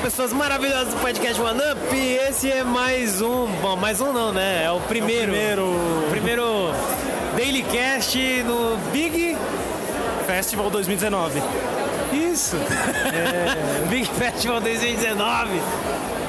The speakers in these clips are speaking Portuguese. pessoas maravilhosas do podcast One Up. E esse é mais um. Bom, mais um não, né? É o primeiro. primeiro. o primeiro Daily Cast no Big. Festival 2019. Isso! É. Big Festival 2019.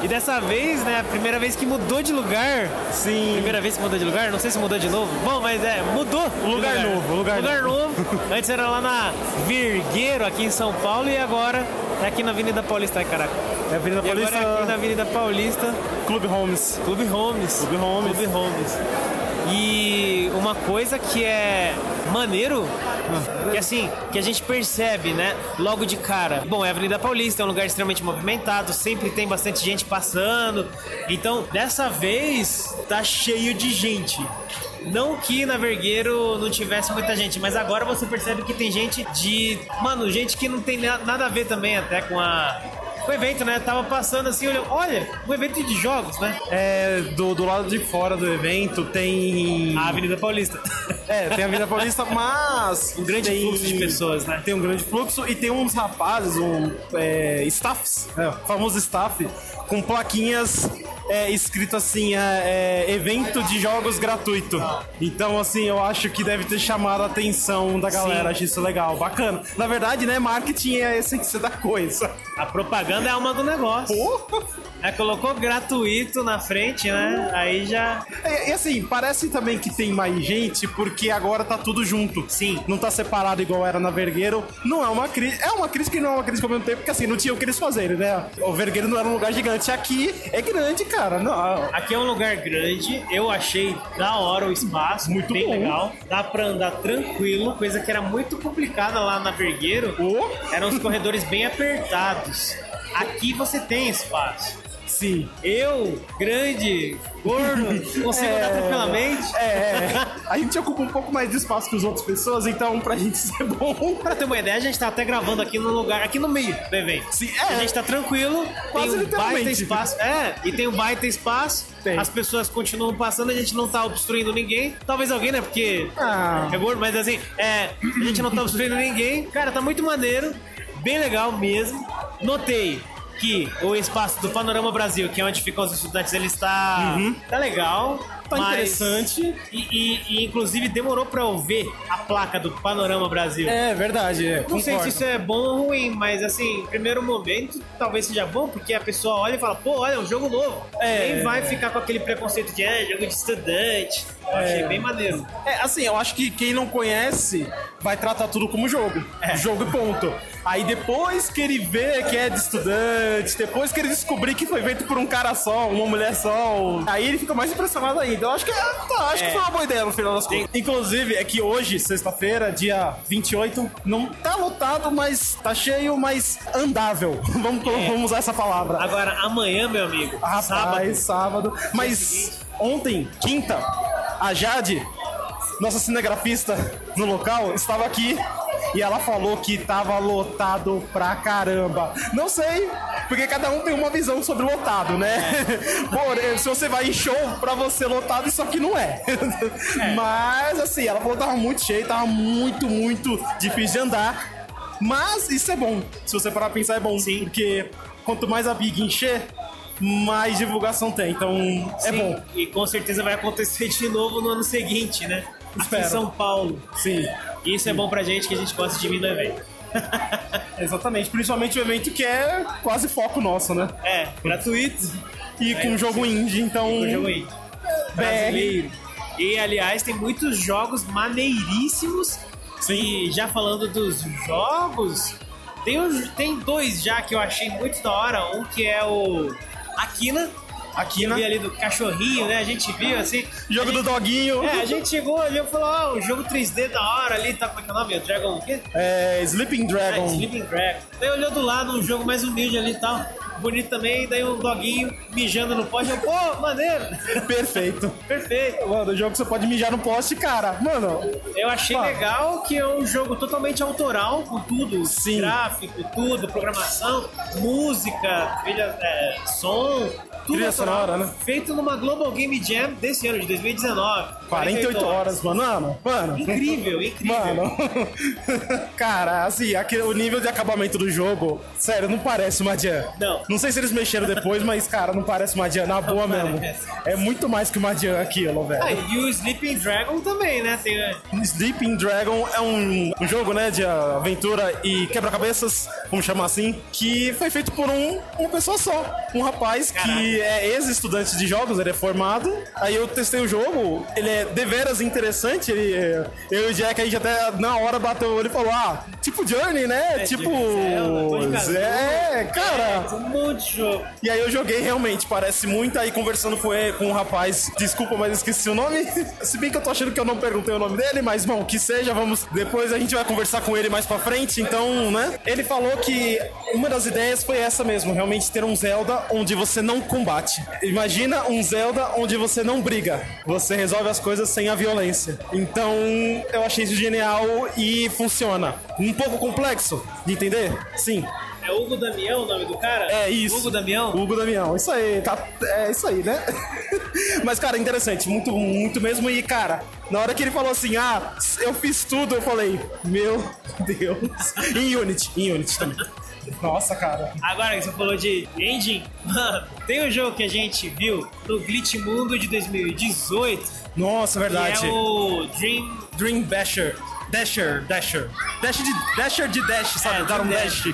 E dessa vez, né? A primeira vez que mudou de lugar. Sim. Primeira vez que mudou de lugar, não sei se mudou de novo. Bom, mas é, mudou. de Lugar novo, lugar novo. Antes era lá na Virgueiro, aqui em São Paulo, e agora é aqui na Avenida Paulista, Ai, caraca. É a Avenida E Paulista, agora é aqui na Avenida Paulista, Clube Holmes. Clube Homes. Clube Holmes. Clube Homes. E uma coisa que é maneiro, que assim, que a gente percebe, né, logo de cara. Bom, é a Avenida Paulista, é um lugar extremamente movimentado, sempre tem bastante gente passando. Então, dessa vez, tá cheio de gente. Não que na Vergueiro não tivesse muita gente, mas agora você percebe que tem gente de. Mano, gente que não tem na- nada a ver também até com a. com O evento, né? Tava passando assim, olhando. Olha, um evento de jogos, né? É, do, do lado de fora do evento tem. A Avenida Paulista. É, tem a Avenida Paulista, mas. Um grande fluxo de pessoas, né? Tem um grande fluxo e tem uns rapazes, um. É, staffs, é, famoso staff, com plaquinhas. É, escrito assim, é, é, evento de jogos gratuito. Então, assim, eu acho que deve ter chamado a atenção da galera. Sim. Acho isso legal, bacana. Na verdade, né, marketing é a essência da coisa. A propaganda é a alma do negócio. Pô! É, colocou gratuito na frente, né? Aí já. É, E assim, parece também que tem mais gente, porque agora tá tudo junto. Sim. Não tá separado igual era na Vergueiro. Não é uma crise. É uma crise que não é uma crise ao mesmo tempo, porque assim, não tinha o que eles fazerem, né? O Vergueiro não era um lugar gigante. Aqui é grande, cara. Não. ah, Aqui é um lugar grande, eu achei da hora o espaço, Muito bem bom. legal. Dá pra andar tranquilo, coisa que era muito complicada lá na Vergueiro. Ô. Eram os corredores bem apertados. Aqui você tem espaço. Sim. Eu, grande, gordo, consigo andar tranquilamente. É, é. A gente ocupa um pouco mais de espaço que as outras pessoas, então pra gente ser bom. Pra ter uma ideia, a gente tá até gravando aqui no lugar, aqui no meio do evento. Sim, é. A gente tá tranquilo, Quase tem um baita literalmente. espaço. É, e tem um baita espaço. Tem. As pessoas continuam passando, a gente não tá obstruindo ninguém. Talvez alguém, né? Porque Ah. é gordo, mas assim, é, a gente não tá obstruindo ninguém. Cara, tá muito maneiro, bem legal mesmo. Notei que o espaço do Panorama Brasil, que é onde ficam os estudantes, ele está. Tá legal. Uhum. Tá mas- interessante. E, e- e, inclusive demorou pra eu ver a placa do Panorama Brasil. É verdade, é. Não sei se concordo. isso é bom ou ruim, mas assim, em primeiro momento, talvez seja bom, porque a pessoa olha e fala, pô, olha, é um jogo novo. É. Nem vai ficar com aquele preconceito de, é, jogo de estudante. Eu achei bem maneiro. É, assim, eu acho que quem não conhece vai tratar tudo como jogo. É. Jogo e ponto. Aí depois que ele vê que é de estudante, depois que ele descobrir que foi feito por um cara só, uma mulher só, aí ele fica mais impressionado ainda. Eu acho que, é- tá, acho É. que foi uma boa ideia no final das contas. Inclusive, é que hoje, sexta-feira, dia 28, não tá lotado, mas tá cheio, mas andável. Vamos, colo- É. vamos usar essa palavra. Agora, amanhã, meu amigo, sábado, Rapaz, é sábado. Mas ontem, quinta, a Jade, nossa cinegrafista no local, estava aqui e ela falou que estava lotado pra caramba. Não sei, porque cada um tem uma visão sobre lotado, né? Porém, se você vai em show, pra você lotado, isso aqui não é. Mas assim, ela falou que tava muito cheio, tava muito, muito difícil de andar. Mas isso é bom. Se você parar pra pensar, é bom. Sim. Porque quanto mais a Big encher, mais divulgação tem. Então, é sim, bom. E com certeza vai acontecer de novo no ano seguinte, né? Aqui em Espero. São Paulo. Sim. E Isso é bom pra gente que a gente gosta de vir no evento. Exatamente. Principalmente o evento que é quase foco nosso, né? É, gratuito. E É, com jogo indie, então. O jogo aí. é Brasileiro. E aliás, tem muitos jogos maneiríssimos. E já falando dos jogos, tem, um- tem dois já que eu achei muito da hora. Um que é o Aquina. Aqui, Eu vi né? ali do cachorrinho, né? A gente viu assim. Jogo do doguinho. É, a gente chegou ali e falou, ó, o jogo 3D da hora ali, tá como é que é o nome? O Dragon o quê? É, Sleeping É, Dragon. Sleeping Dragon. Daí olhou do lado um jogo mais humilde ali e tal. Bonito também, daí um doguinho mijando no poste. Eu, Pô, maneiro! Perfeito. Perfeito! Mano, o jogo que você pode mijar no poste, cara. Mano, Eu achei Pá. legal que é um jogo totalmente autoral, com tudo, Sim. gráfico, tudo, programação, música, trilha, é, som, tudo Trilha autoral, sonora, né? feito numa Global Game Jam desse ano, de 2019. 48 horas, mano. Mano, mano. Incrível, incrível. Mano, cara, assim, aquele, o nível de acabamento do jogo, sério, não parece uma Jam. Não. Não sei se eles mexeram depois, mas, cara, não parece uma Jam, na boa mesmo. parece. É muito mais que uma Jam aquilo, velho. Ah, e o Sleeping Dragon também, né? Tem, né? Sleeping Dragon é um, um jogo, né, de aventura e quebra-cabeças, vamos chamar assim, que foi feito por um, uma pessoa só. Um rapaz que Caraca. é ex-estudante de jogos, ele é formado. Aí eu testei o jogo, ele é deveras interessante. Ele, é- eu e o Jack, a gente até na hora bateu o olho e falou: ah, tipo Journey, né? É, tipo. tipo Zelda, Banjo-Kazooie. é, cara. Tem um monte de jogo. E aí eu joguei realmente, parece muito. Aí conversando com, ele- com um rapaz, desculpa, mas esqueci o nome. Se bem que eu tô achando que eu não perguntei o nome dele, mas bom, que seja, vamos. Depois a gente vai conversar com ele mais pra frente, então, né? Ele falou que uma das ideias foi essa mesmo, realmente ter um Zelda onde você não combate. Imagina um Zelda onde você não briga. Você resolve as coisas sem a violência. Então, eu achei isso genial e funciona. Um pouco complexo de entender? Sim. É Hugo Damião o nome do cara? É isso. Hugo Damião? Hugo Damião, isso aí, tá, é isso aí, né? Mas, cara, interessante, muito, muito mesmo. E, cara, na hora que ele falou assim, ah, eu fiz tudo, eu falei, meu Deus. Em Unity, em Unity também. Nossa, cara. Agora que você falou de engine, mano, tem um jogo que a gente viu no Glitch Mundo de 2018, que Nossa, verdade. é o Dream... Dream Basher. Dasher, Dasher. Dash de, dasher de Dash, sabe? É, Dar um de Dash.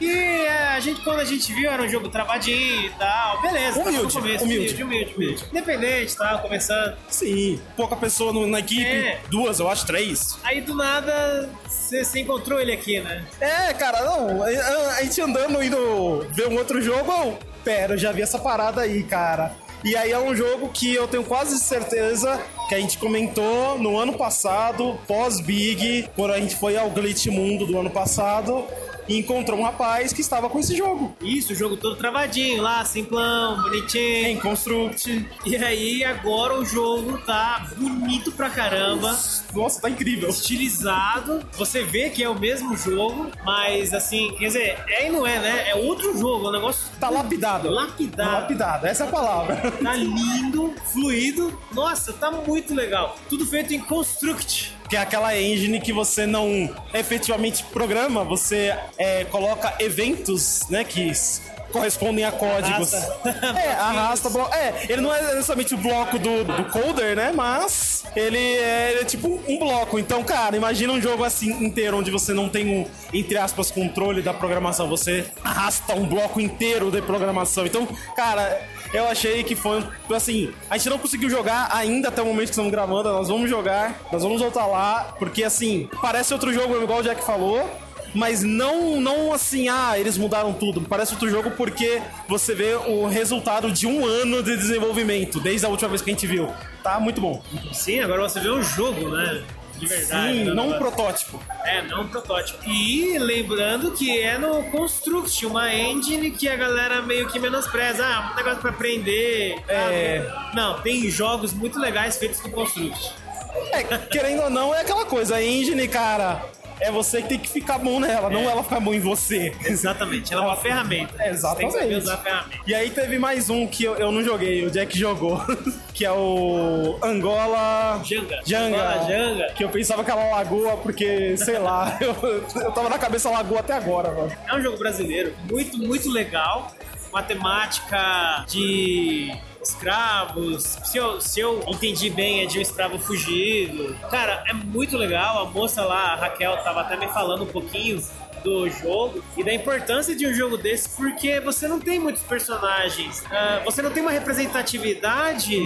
E é, a gente, quando a gente viu, era um jogo travadinho e tal, beleza. tava no Humilde, começo, humilde, humilde. humilde, humilde. Independente e tal, começando. Sim, pouca pessoa no- na equipe. É. Duas, eu acho, três. Aí, do nada, você você encontrou ele aqui, né? É, cara, não. a- A, a gente andando, indo ver um outro jogo, eu, pera, eu já vi essa parada aí, cara. E aí é um jogo que eu tenho quase certeza que a gente comentou no ano passado, pós-Big, quando a gente foi ao Glitch Mundo do ano passado, e encontrou um rapaz que estava com esse jogo. Isso, o jogo todo travadinho lá, simplão, bonitinho. Em Construct. E aí, agora o jogo tá bonito pra caramba. Nossa, tá incrível. estilizado. Você vê que é o mesmo jogo, mas assim, quer dizer, é e não é, né? É outro jogo, é um negócio Tá lapidado. Lapidado. Lapidado, essa é a palavra. tá lindo, fluido. Nossa, tá muito legal. Tudo feito em Construct. que é aquela engine que você não efetivamente programa, você é, coloca eventos, né, que s- correspondem a códigos. Arrasta. É, arrasta, blo- é, ele não é necessariamente o bloco do, do coder, né, mas ele é, ele é tipo um bloco. Então, cara, imagina um jogo assim inteiro, onde você não tem um, entre aspas, controle da programação, você arrasta um bloco inteiro de programação. Então, cara, eu achei que foi, um- assim, a gente não conseguiu jogar ainda até o momento que estamos gravando, nós vamos jogar, nós vamos voltar lá, porque, assim, parece outro jogo, igual o Jack falou, mas não, não assim, ah, eles mudaram tudo. Parece outro jogo porque você vê o resultado de um ano de desenvolvimento, desde a última vez que a gente viu. Tá muito bom. Sim, agora você vê o jogo, né? De verdade. Sim, né? não um protótipo. É, não um protótipo. E lembrando que é no Construct, uma engine que a galera meio que menospreza. Ah, um negócio pra aprender. É. Ah, Não, tem jogos muito legais feitos no Construct. É, querendo ou não, é aquela coisa. A engine, cara, é você que tem que ficar bom nela, É. não ela ficar bom em você. Exatamente, ela é uma ferramenta. Você tem Exatamente. que saber usar a ferramenta. E aí teve mais um que eu, eu não joguei, o Jack jogou, que é o Angola Janga. Janga. Angola Janga. Que eu pensava que era uma lagoa, porque, sei lá, eu, eu tava na cabeça lagoa até agora, mano. É um jogo brasileiro muito, muito legal. Uma temática de escravos. Se eu, se eu entendi bem, é de um escravo fugido. Cara, é muito legal. A moça lá, a Raquel, tava até me falando um pouquinho do jogo e da importância de um jogo desse porque você não tem muitos personagens ah, você não tem uma representatividade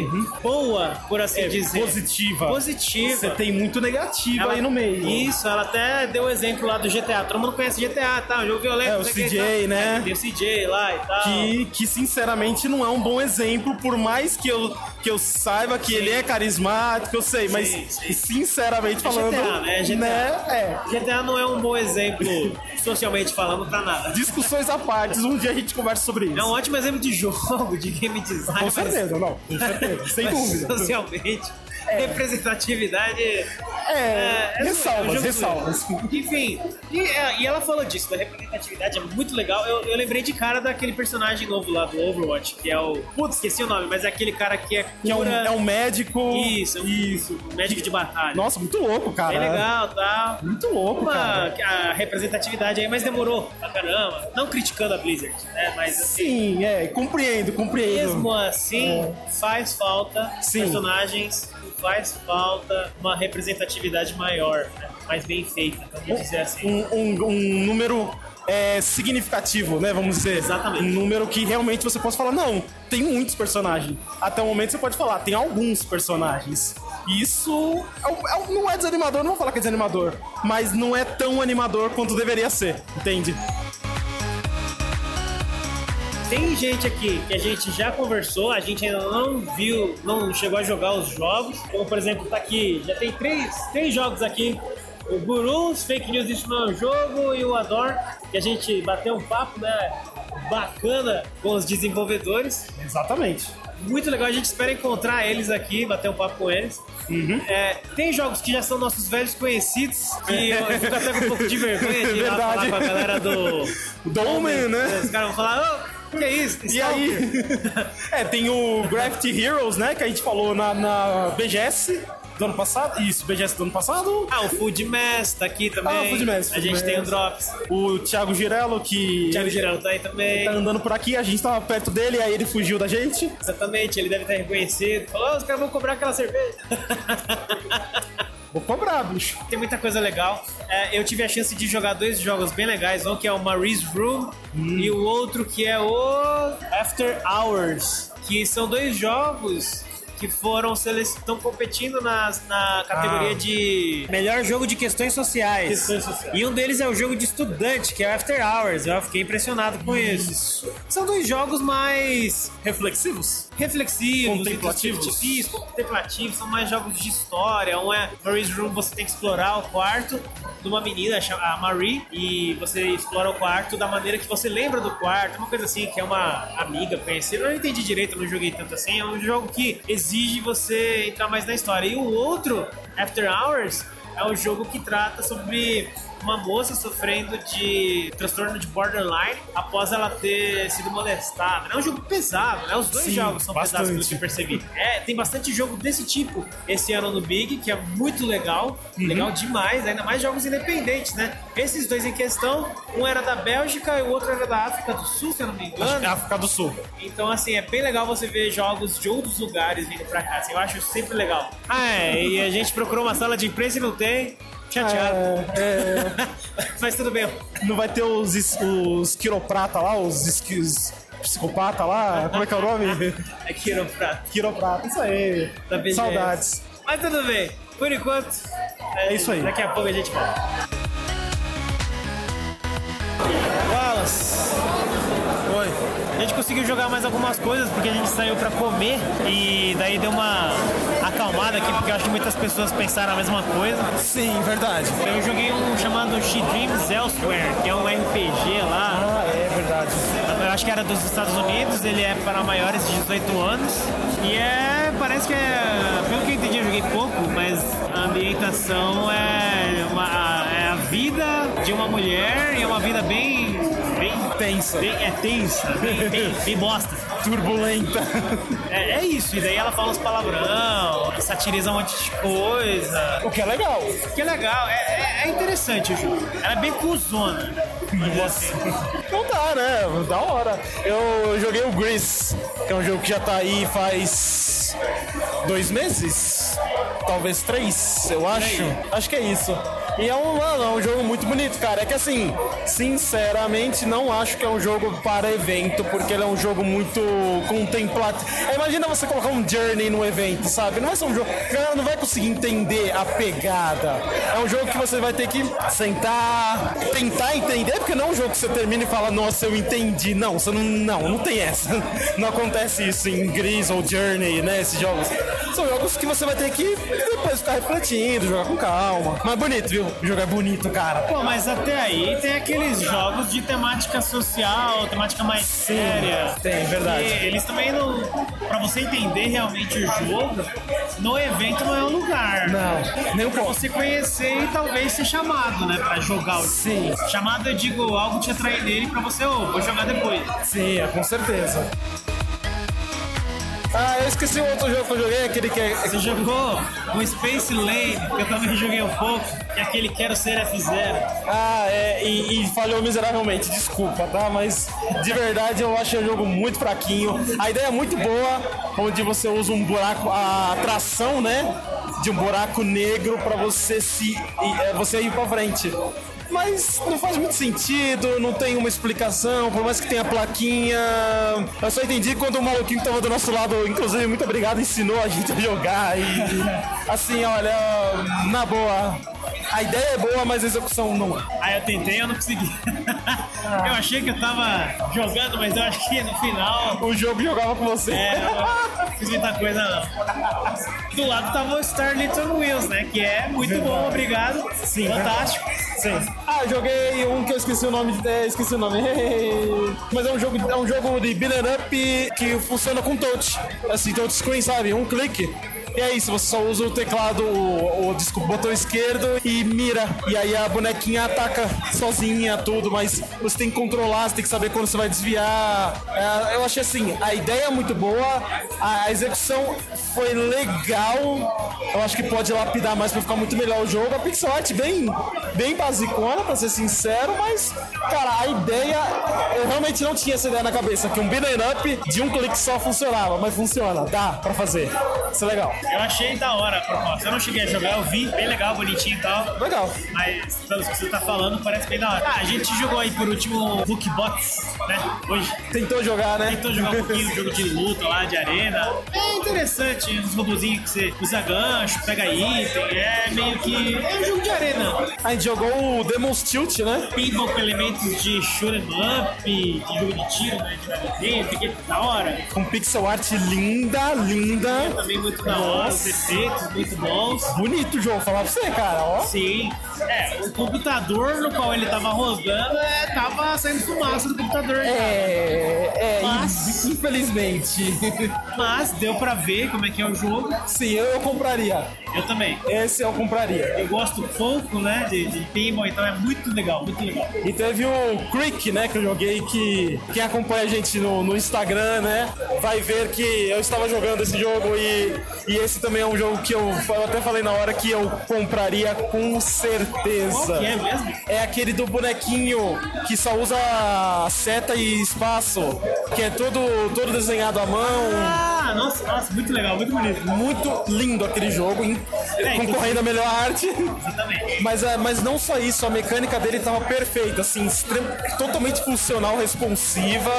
boa por assim dizer Uhum. É, Positiva. positiva Você tem muito negativo Ela- aí no meio. Isso, ela até deu o exemplo lá do GTA. Todo mundo conhece GTA, tá? Um jogo violento. É, o não sei que, CJ, tal. né? É, Tem o CJ lá e tal. Que, que sinceramente não é um bom exemplo, por mais que eu, que eu saiba que ele é carismático, eu sei, mas sim. sinceramente falando. GTA, né? É GTA. né? GTA não é um bom exemplo, socialmente falando, pra nada. É. Discussões à parte, um dia a gente conversa sobre isso. É um ótimo exemplo de jogo, de game design. com mas- certeza, não. Com certeza, sem mas dúvida. Socialmente. representatividade. É, zoeira, ressalvas, um jogo ressalvas. zoeiro. Enfim, e, é, e ela falou disso, da representatividade é muito legal. Eu, eu lembrei de cara daquele personagem novo lá do Overwatch, que é o. Putz, esqueci o nome, mas é aquele cara que é. Que é um, cura- é um médico. Isso, é um- Isso. um médico de batalha. Nossa, muito louco, cara. Bem legal tal. Muito louco, Uma cara. a representatividade aí, mas demorou pra caramba. Não criticando a Blizzard, né? Mas assim, Sim, é, compreendo, compreendo. mesmo assim, faz falta É. Sim. personagens, faz falta uma representatividade maior, né? mais bem feita, vamos dizer assim. Um, um- um número é, significativo, né? Vamos dizer. Exatamente. Um número que realmente você possa falar, não, tem muitos personagens. Até o momento você pode falar, tem alguns personagens. Isso é um- é um- não é desanimador, não vou falar que é desanimador, mas não é tão animador quanto deveria ser, entende? Tem gente aqui que a gente já conversou, a gente ainda não viu, não chegou a jogar os jogos. Como, por exemplo, tá aqui, já tem três, três jogos aqui. O Gurus, Fake News Isso Não É Um Jogo e o Ador, que a gente bateu um papo, né, bacana com os desenvolvedores. Exatamente. Muito legal, a gente espera encontrar eles aqui, bater um papo com eles. Uhum. É, tem jogos que já são nossos velhos conhecidos, que eu, eu fico até com um pouco de vergonha de ir lá É. Verdade. falar com a galera do... Domen, né? Os caras vão falar, ô, que é isso? E aí? é, tem o Graffiti Heroes, né? Que a gente falou na, na BGS do ano passado. Isso, BGS do ano passado. Ah, o Food Mess tá aqui também. Ah, o Food Mess, A Food gente Mess. tem o Drops. O Thiago Girello, que Thiago ele Girão tá aí também. tá andando por aqui, a gente tava perto dele, aí ele fugiu da gente. Exatamente, ele deve estar reconhecido. Falou, "Ah, os caras vão cobrar aquela cerveja. Vou cobrar, bicho. tem muita coisa legal. É, eu tive a chance de jogar dois jogos bem legais. Um que é o Marie's Room Hum. e o outro que é o After Hours. Que são dois jogos que foram sele- estão competindo nas- na categoria Ah. de melhor jogo de questões sociais. Questões sociais. E um deles é o jogo de estudante, que é o After Hours. Eu fiquei impressionado com isso. São dois jogos mais Reflexivos? reflexivos, Contemplativos. introspectivos, contemplativos, tipo, são mais jogos de história. Um é Marie's Room, você tem que explorar o quarto de uma menina, chama- a Marie, e você explora o quarto da maneira que você lembra do quarto, uma coisa assim, que é uma amiga conhecida. Eu não entendi direito, eu não joguei tanto assim. É um jogo que exige você entrar mais na história. E o outro, After Hours, é um jogo que trata sobre uma moça sofrendo de transtorno de borderline após ela ter sido molestada. É um jogo pesado, né? Os dois Sim, jogos são pesados, bastante. pelo que eu percebi. É, tem bastante jogo desse tipo esse ano no Big, que é muito legal. Legal demais, ainda mais jogos independentes, né? Esses dois em questão, um era da Bélgica e o outro era da África do Sul, se eu não me engano. é África do Sul. Então, assim, é bem legal você ver jogos de outros lugares vindo pra cá. Assim, eu acho sempre legal. Ah, é, e a gente procurou uma sala de imprensa e não tem. Chateado. É, Mas tudo bem. é, não vai ter os, es- os quiroprata lá, os, esqui- os psicopata lá? Como é que é o nome? É quiroprata. quiroprata, isso aí. Da BGS. Saudades. Mas tudo bem. Por enquanto, É isso aí. Daqui a pouco a gente volta. Wallace, Oi. a gente conseguiu jogar mais algumas coisas porque a gente saiu pra comer e daí deu uma acalmada aqui porque eu acho que muitas pessoas pensaram a mesma coisa. Sim, verdade. Eu joguei um chamado She Dreams Elsewhere, que é um RPG lá. Ah, é verdade. Eu acho que era dos Estados Unidos, ele é para maiores de 18 anos. E é. Parece que é. Pelo que eu entendi, eu joguei pouco, mas a ambientação é, uma, é a vida de uma mulher e é uma vida bem. bem. Tensa. bem é tensa, bem, bem, bem bosta. Turbulenta. É, é isso, e daí ela fala uns palavrão, satiriza um monte de coisa. O que é legal. Que é legal, é, é- é interessante o jogo. Ela é bem cuzona. Nossa. Então tá, né? Da hora. Eu joguei o Grease, que é um jogo que já tá aí faz dois meses, talvez três, eu acho. Acho que é isso. E é um, mano, é um jogo muito bonito, cara. É que assim, sinceramente, não acho que é um jogo para evento, porque ele é um jogo muito contemplativo. Imagina você colocar um Journey no evento, sabe? Não é só um jogo. A galera não vai conseguir entender a pegada. É um jogo que você vai ter que sentar, tentar entender, porque não é um jogo que você termina e fala, nossa, eu entendi. Não, você não. Não, não tem essa. Não acontece isso em Gris ou Journey, né? Esses jogos. São jogos que você vai ter que depois ficar refletindo, jogar com calma. Mas bonito, viu? O jogo é bonito, cara. Pô, mas até aí tem aqueles jogos de temática social, temática mais séria. tem, é verdade. E eles também não. Pra você entender realmente o jogo, no evento não é o lugar. Não, nem um Pra pouco. você conhecer e talvez ser chamado, né? Pra jogar o Sim. Chamado, eu digo, algo te atrai nele pra você, ô, vou jogar depois. Sim, é, com certeza. Ah, eu esqueci o outro jogo que eu joguei, aquele que é. Você jogou o Space Lane, que eu também joguei um pouco, que é aquele Quero Ser F0. Ah, é, e, e falhou miseravelmente, desculpa, tá? Mas de verdade eu achei o jogo muito fraquinho. A ideia é muito boa, onde você usa um buraco, a tração, né? De um buraco negro pra você se. e, é, você ir pra frente. Mas não faz muito sentido, não tem uma explicação, por mais que tenha plaquinha. Eu só entendi quando o maluquinho que tava do nosso lado, inclusive, muito obrigado, ensinou a gente a jogar. E assim, olha, na boa. A ideia é boa, mas a execução não é. Aí eu tentei e eu não consegui. Eu achei que eu tava jogando, mas eu acho que no final. O jogo jogava com você. É, eu não fiz muita coisa não. Do lado tava o Star Little Wheels, né? Que é muito bom, obrigado. Sim. Fantástico. Sim. Ah, joguei um que eu esqueci o nome. É, esqueci o nome. Mas é um jogo, é um jogo de beat 'em up que funciona com touch. Assim, touch screen, sabe? Um clique. E é isso, você só usa o teclado, o, o desculpa, o botão esquerdo e mira. E aí a bonequinha ataca sozinha, tudo, mas você tem que controlar, você tem que saber quando você vai desviar. É, eu achei assim, a ideia é muito boa, a, a execução foi legal. Eu acho que pode lapidar mais pra ficar muito melhor o jogo. A pixel art bem, bem basicona, pra ser sincero, mas, cara, a ideia. Eu realmente não tinha essa ideia na cabeça, que um beat'em up de um clique só funcionava, mas funciona, dá pra fazer. Isso é legal. Eu achei da hora a proposta. Eu não cheguei a jogar, eu vi, bem legal, bonitinho e tal. Legal. Mas pelo que você tá falando, parece bem da hora. Ah, a gente jogou aí por último Hookbox, né? Hoje. Tentou jogar, né? Tentou jogar um pouquinho o jogo de luta lá, de arena. É interessante, os robozinhos que você usa gancho, pega item, é meio que. É um jogo de arena. A gente jogou o Demon's Tilt, né? Pinball com elementos de shoot'em up, de jogo de tiro, né? De navegador, fiquei da hora. Com pixel art linda, linda. Também muito da hora, os efeitos muito bons. Bonito o jogo, falar pra você, cara, ó. Sim, é, o computador no qual ele tava rodando é, tava saindo fumaça do computador já. É, é, Mas- infelizmente. Mas deu pra ver como é que é o jogo. Sim, eu, eu compraria. Eu também. Esse eu compraria. Eu gosto pouco, né, de, de pinball, então é muito legal, muito legal. E teve o Creek, né, que eu joguei, que quem acompanha a gente no, no Instagram, né, vai ver que eu estava jogando esse jogo e, e esse também é um jogo que eu, eu até falei na hora que eu compraria com Qual certeza. que é mesmo? É aquele do bonequinho que só usa seta e espaço, que é todo, todo desenhado à mão. Ah, nossa, nossa, muito legal, muito bonito. Muito lindo aquele jogo, hein? É, concorrendo a melhor arte. Exatamente. Mas, é, mas não só isso, a mecânica dele tava perfeita, assim, extrem- totalmente funcional, responsiva.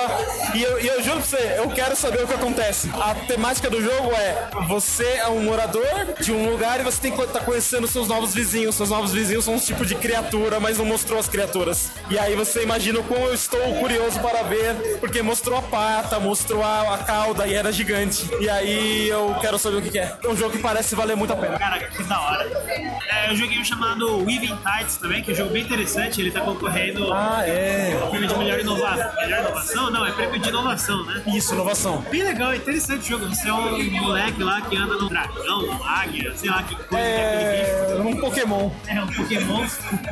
E eu, e eu juro pra você, eu quero saber o que acontece. A temática do jogo é: você é um morador de um lugar e você tem que estar conhecendo seus novos vizinhos. Seus novos vizinhos são um tipo de criatura, mas não mostrou as criaturas. E aí você imagina o quão eu estou curioso para ver, porque mostrou a pata, mostrou a, a cauda e era gigante. E aí eu quero saber o que, que é. É um jogo que parece valer muito a pena. Caraca, que da hora. É, eu joguei um chamado Weaving Tides também, que é um jogo bem interessante, ele tá concorrendo ao Ah, é. prêmio de melhor inovação. Melhor inovação? Não, é prêmio de inovação, né? Isso, inovação. Bem legal, é interessante o jogo. Você é um moleque lá que anda num dragão, num águia, sei lá que coisa que é aquele bicho. É um Pokémon. É um Pokémon.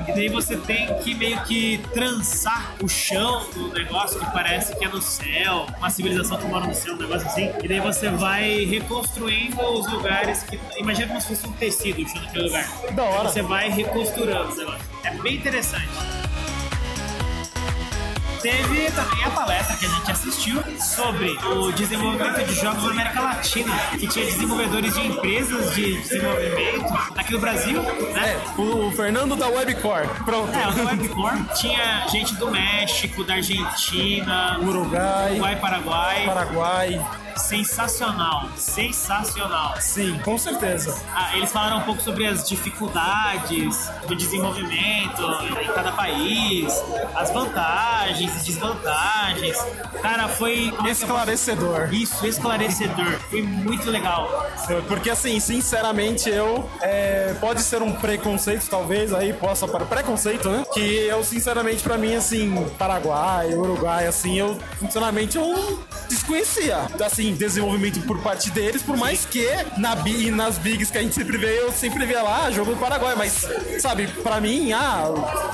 E daí você tem que meio que trançar o chão do negócio que parece que é no céu, uma civilização que mora no céu, um negócio assim. E daí você vai reconstruindo os lugares que. Imagina como se fosse um tecido o chão daquele lugar. Da hora. Aí Você vai recosturando o negócio. É bem interessante. Teve também a palestra que a gente assistiu sobre o desenvolvimento de jogos na América Latina, que tinha desenvolvedores de empresas de desenvolvimento aqui no Brasil, né? O Fernando da Webcore. Pronto. É, o da Webcore tinha gente do México, da Argentina, Uruguai, Uruguai, Paraguai. Paraguai. sensacional. Sensacional. Sim, com certeza. Ah, eles falaram um pouco sobre as dificuldades do desenvolvimento em cada país, as vantagens e desvantagens. Cara, foi. Esclarecedor. Isso, esclarecedor. Foi muito legal. Porque assim, sinceramente, eu é, pode ser um preconceito, talvez, aí possa para preconceito, né? Que eu, sinceramente, pra mim, assim, Paraguai, Uruguai, assim, eu sinceramente eu desconhecia. Assim, desenvolvimento por parte deles, por mais que na, bi- e nas bigs que a gente sempre vê, eu sempre via lá ah, jogo do Paraguai, mas sabe, pra mim, ah,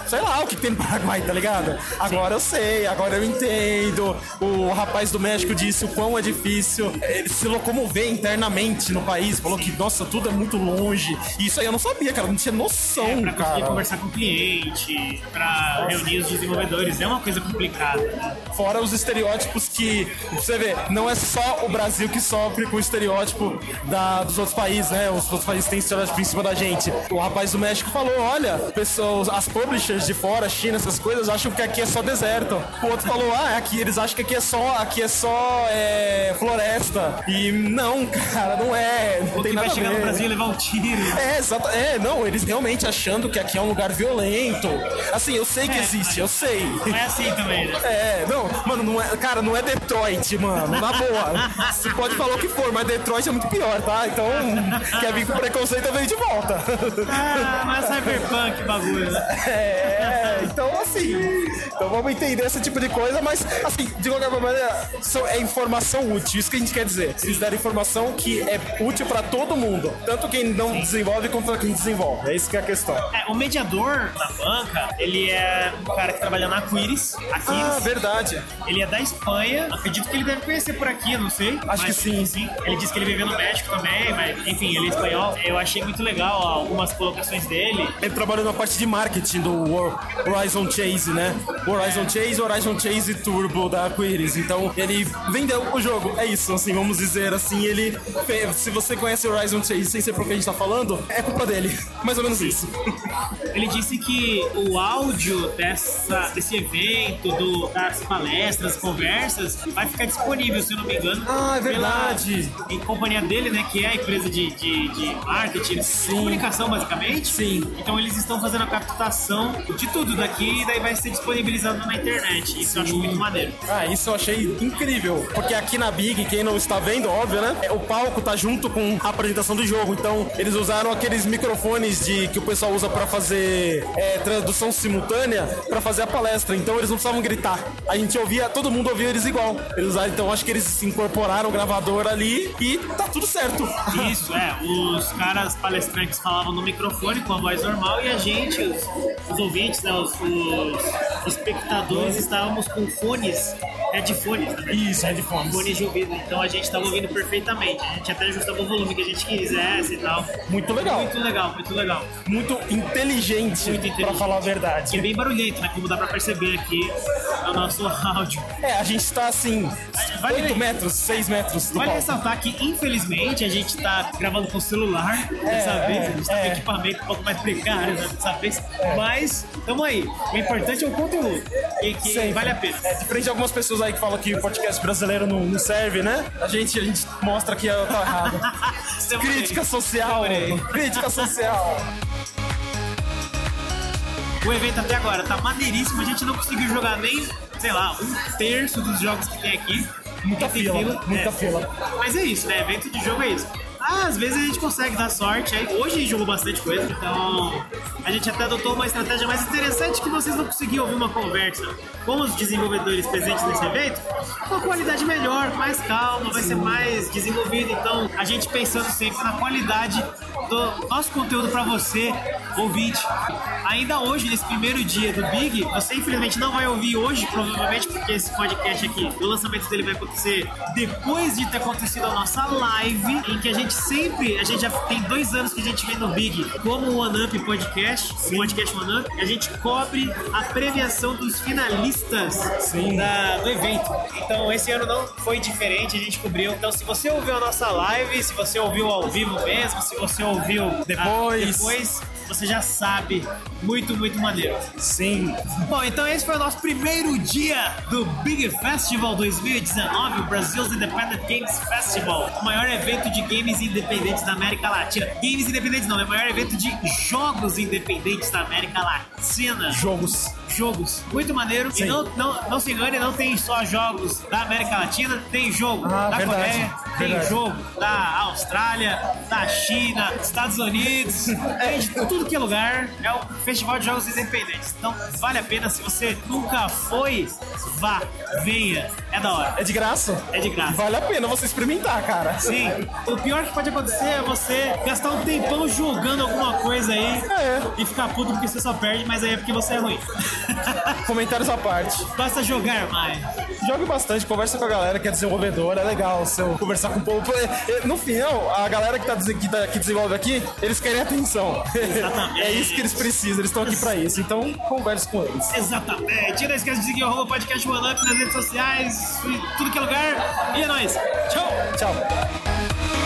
sei lá o que tem no Paraguai, tá ligado? Agora eu sei, agora eu entendo. O rapaz do México disse o quão é difícil ele se locomover internamente no país, falou que, nossa, tudo é muito longe. E isso aí eu não sabia, cara, eu não tinha noção, É, Pra conseguir cara. conversar com o cliente, pra reunir os desenvolvedores, é uma coisa complicada. né? Fora os estereótipos que, você vê, não é só o Brasil que sofre com o estereótipo da- dos outros países, né? Os outros países têm estereótipo em cima da gente. O rapaz do México falou, olha, pessoas, as publishers de fora, China, essas coisas, acham que aqui é só deserto. O outro falou, ah, é aqui, eles acham que aqui é só, aqui é só é, floresta. E não, cara, não é, não O tem que nada vai a chegar no ver. né? Brasil e levar um tiro. É, exato. É, não, eles realmente achando que aqui é um lugar violento. Assim, eu sei que É, existe, eu sei. Não é assim também, né? É, não, mano, não é, cara, não é Detroit, mano, na boa. Você pode falar o que for, mas Detroit é muito pior, tá? Então, quer vir com preconceito, eu venho de volta. Ah, não é cyberpunk o bagulho, né? É, então assim, então vamos entender esse tipo de coisa, mas assim, de qualquer maneira, são- é informação útil, isso que a gente quer dizer. Eles deram informação que é útil pra todo mundo, tanto quem não desenvolve quanto quem desenvolve. É isso que é a questão. É, o mediador da banca, ele é um cara que trabalha na Aquiris. Ah, Aquiris. verdade. ele é da Espanha. Acredito que ele deve conhecer por aqui, não sei. assim, Acho que sim. Ele disse que ele viveu no México também, mas enfim, ele é espanhol. Eu achei muito legal ó, algumas colocações dele. Ele trabalhou É na parte de marketing do Hor- Horizon Chase, né? Horizon Chase, Horizon Chase Turbo da Aquiris. Então, ele vendeu o jogo. É isso, assim, vamos dizer assim, ele... fe- Se você conhece Horizon Chase sem ser porque a gente tá falando, é culpa dele. Mais ou menos isso. Ele disse que o áudio dessa, desse evento, do- das palestras, conversas, vai ficar disponível, se eu não me engano. Ah, é verdade. Pela, em companhia dele, né, que é a empresa de, de, de marketing, de comunicação, basicamente. Sim. Então eles estão fazendo a captação de tudo daqui e daí vai ser disponibilizado na internet. Isso eu acho muito maneiro. Ah, isso eu achei incrível. Porque aqui na Big, quem não está vendo, óbvio, né? é, O palco tá junto com a apresentação do jogo. Então, eles usaram aqueles microfones de que o pessoal usa pra fazer é, tradução simultânea pra fazer a palestra. Então, eles não precisavam gritar. A gente ouvia, todo mundo ouvia eles igual. Eles usaram, então, acho que eles incorporaram o gravador ali e tá tudo certo. Isso, é. Os caras palestrantes falavam no microfone com a voz normal e a gente, os, os ouvintes, né, os, os espectadores, estávamos com fones, headphones, na verdade. Isso, headphones. Fones de ouvido, então a gente estava ouvindo perfeitamente. A gente até ajustava o volume que a gente quisesse e tal. Muito legal. Muito legal, muito legal. Muito inteligente, Muito pra inteligente. falar a verdade. Que é bem barulhento, né? Como dá pra perceber aqui no nosso áudio. É, a gente tá assim, Vale- 8 metros, 6 metros do Vale palco. ressaltar que, infelizmente, a gente tá gravando com celular dessa É, vez. A gente tá é. com equipamento um pouco mais precário né, dessa vez. Mas, tamo aí. O importante é o conteúdo. E que Sempre. vale a pena. É, de frente a algumas pessoas aí que falam que o podcast brasileiro não, não serve, né? A gente, a gente mostra que tá eu tô errado. Tamo aí. crítica social, Demorei. crítica social. O evento até agora tá maneiríssimo. A gente não conseguiu jogar nem, sei lá, um terço dos jogos que tem aqui. Muita fila, muita fila. Mas é isso, né? Evento de jogo é isso. Ah, às vezes a gente consegue dar sorte. Aí. Hoje a gente jogou bastante coisa, então a gente até adotou uma estratégia mais interessante que vocês vão conseguir ouvir uma conversa com os desenvolvedores presentes nesse evento com qualidade melhor, com mais calma, vai ser mais desenvolvido. Então a gente pensando sempre na qualidade do nosso conteúdo para você, ouvinte. Ainda hoje, nesse primeiro dia do Big, você infelizmente não vai ouvir hoje, provavelmente, porque esse podcast aqui, o lançamento dele vai acontecer depois de ter acontecido a nossa live, em que a gente sempre, a gente já tem dois anos que a gente vem no Big como o OneUp Podcast, o podcast OneUp, a gente cobre a premiação dos finalistas da- do evento. Então esse ano não foi diferente, a gente cobriu. Então se você ouviu a nossa live, se você ouviu ao vivo mesmo, se você ouviu ah, Depois. depois você já sabe. Muito, muito maneiro. Sim. Bom, então esse foi o nosso primeiro dia do Big Festival 2019, o Brasil's Independent Games Festival, o maior evento de games independentes da América Latina. Games independentes não, é o maior evento de jogos independentes da América Latina. Jogos. Jogos. Muito maneiro. E Sim. não, não, não se engane, não tem só jogos da América Latina, tem jogo Ah, da verdade, Coreia, tem verdade. jogo da Austrália, da China, Estados Unidos, tem de tudo que é lugar. É o Festival de Jogos Independentes. Então vale a pena, se você nunca foi, vá, venha. É da hora. É de graça? É de graça. Vale a pena você experimentar, cara. Sim, o pior que pode acontecer é você gastar um tempão jogando alguma coisa aí É. e ficar puto porque você só perde, mas aí é porque você é ruim. Comentários à parte. Basta jogar mais. Jogue bastante, conversa com a galera que é desenvolvedora, é legal seu conversar com o povo. É, é, No final, a galera que, tá, desen- que, tá- que desenvolve aqui, eles querem atenção. Exatamente. é isso que eles precisam, eles estão aqui pra isso. Então, converse com eles. Exatamente. Não esquece de seguir o arroba podcast One Up nas redes sociais, em tudo que é lugar. E é nóis. Tchau! Tchau.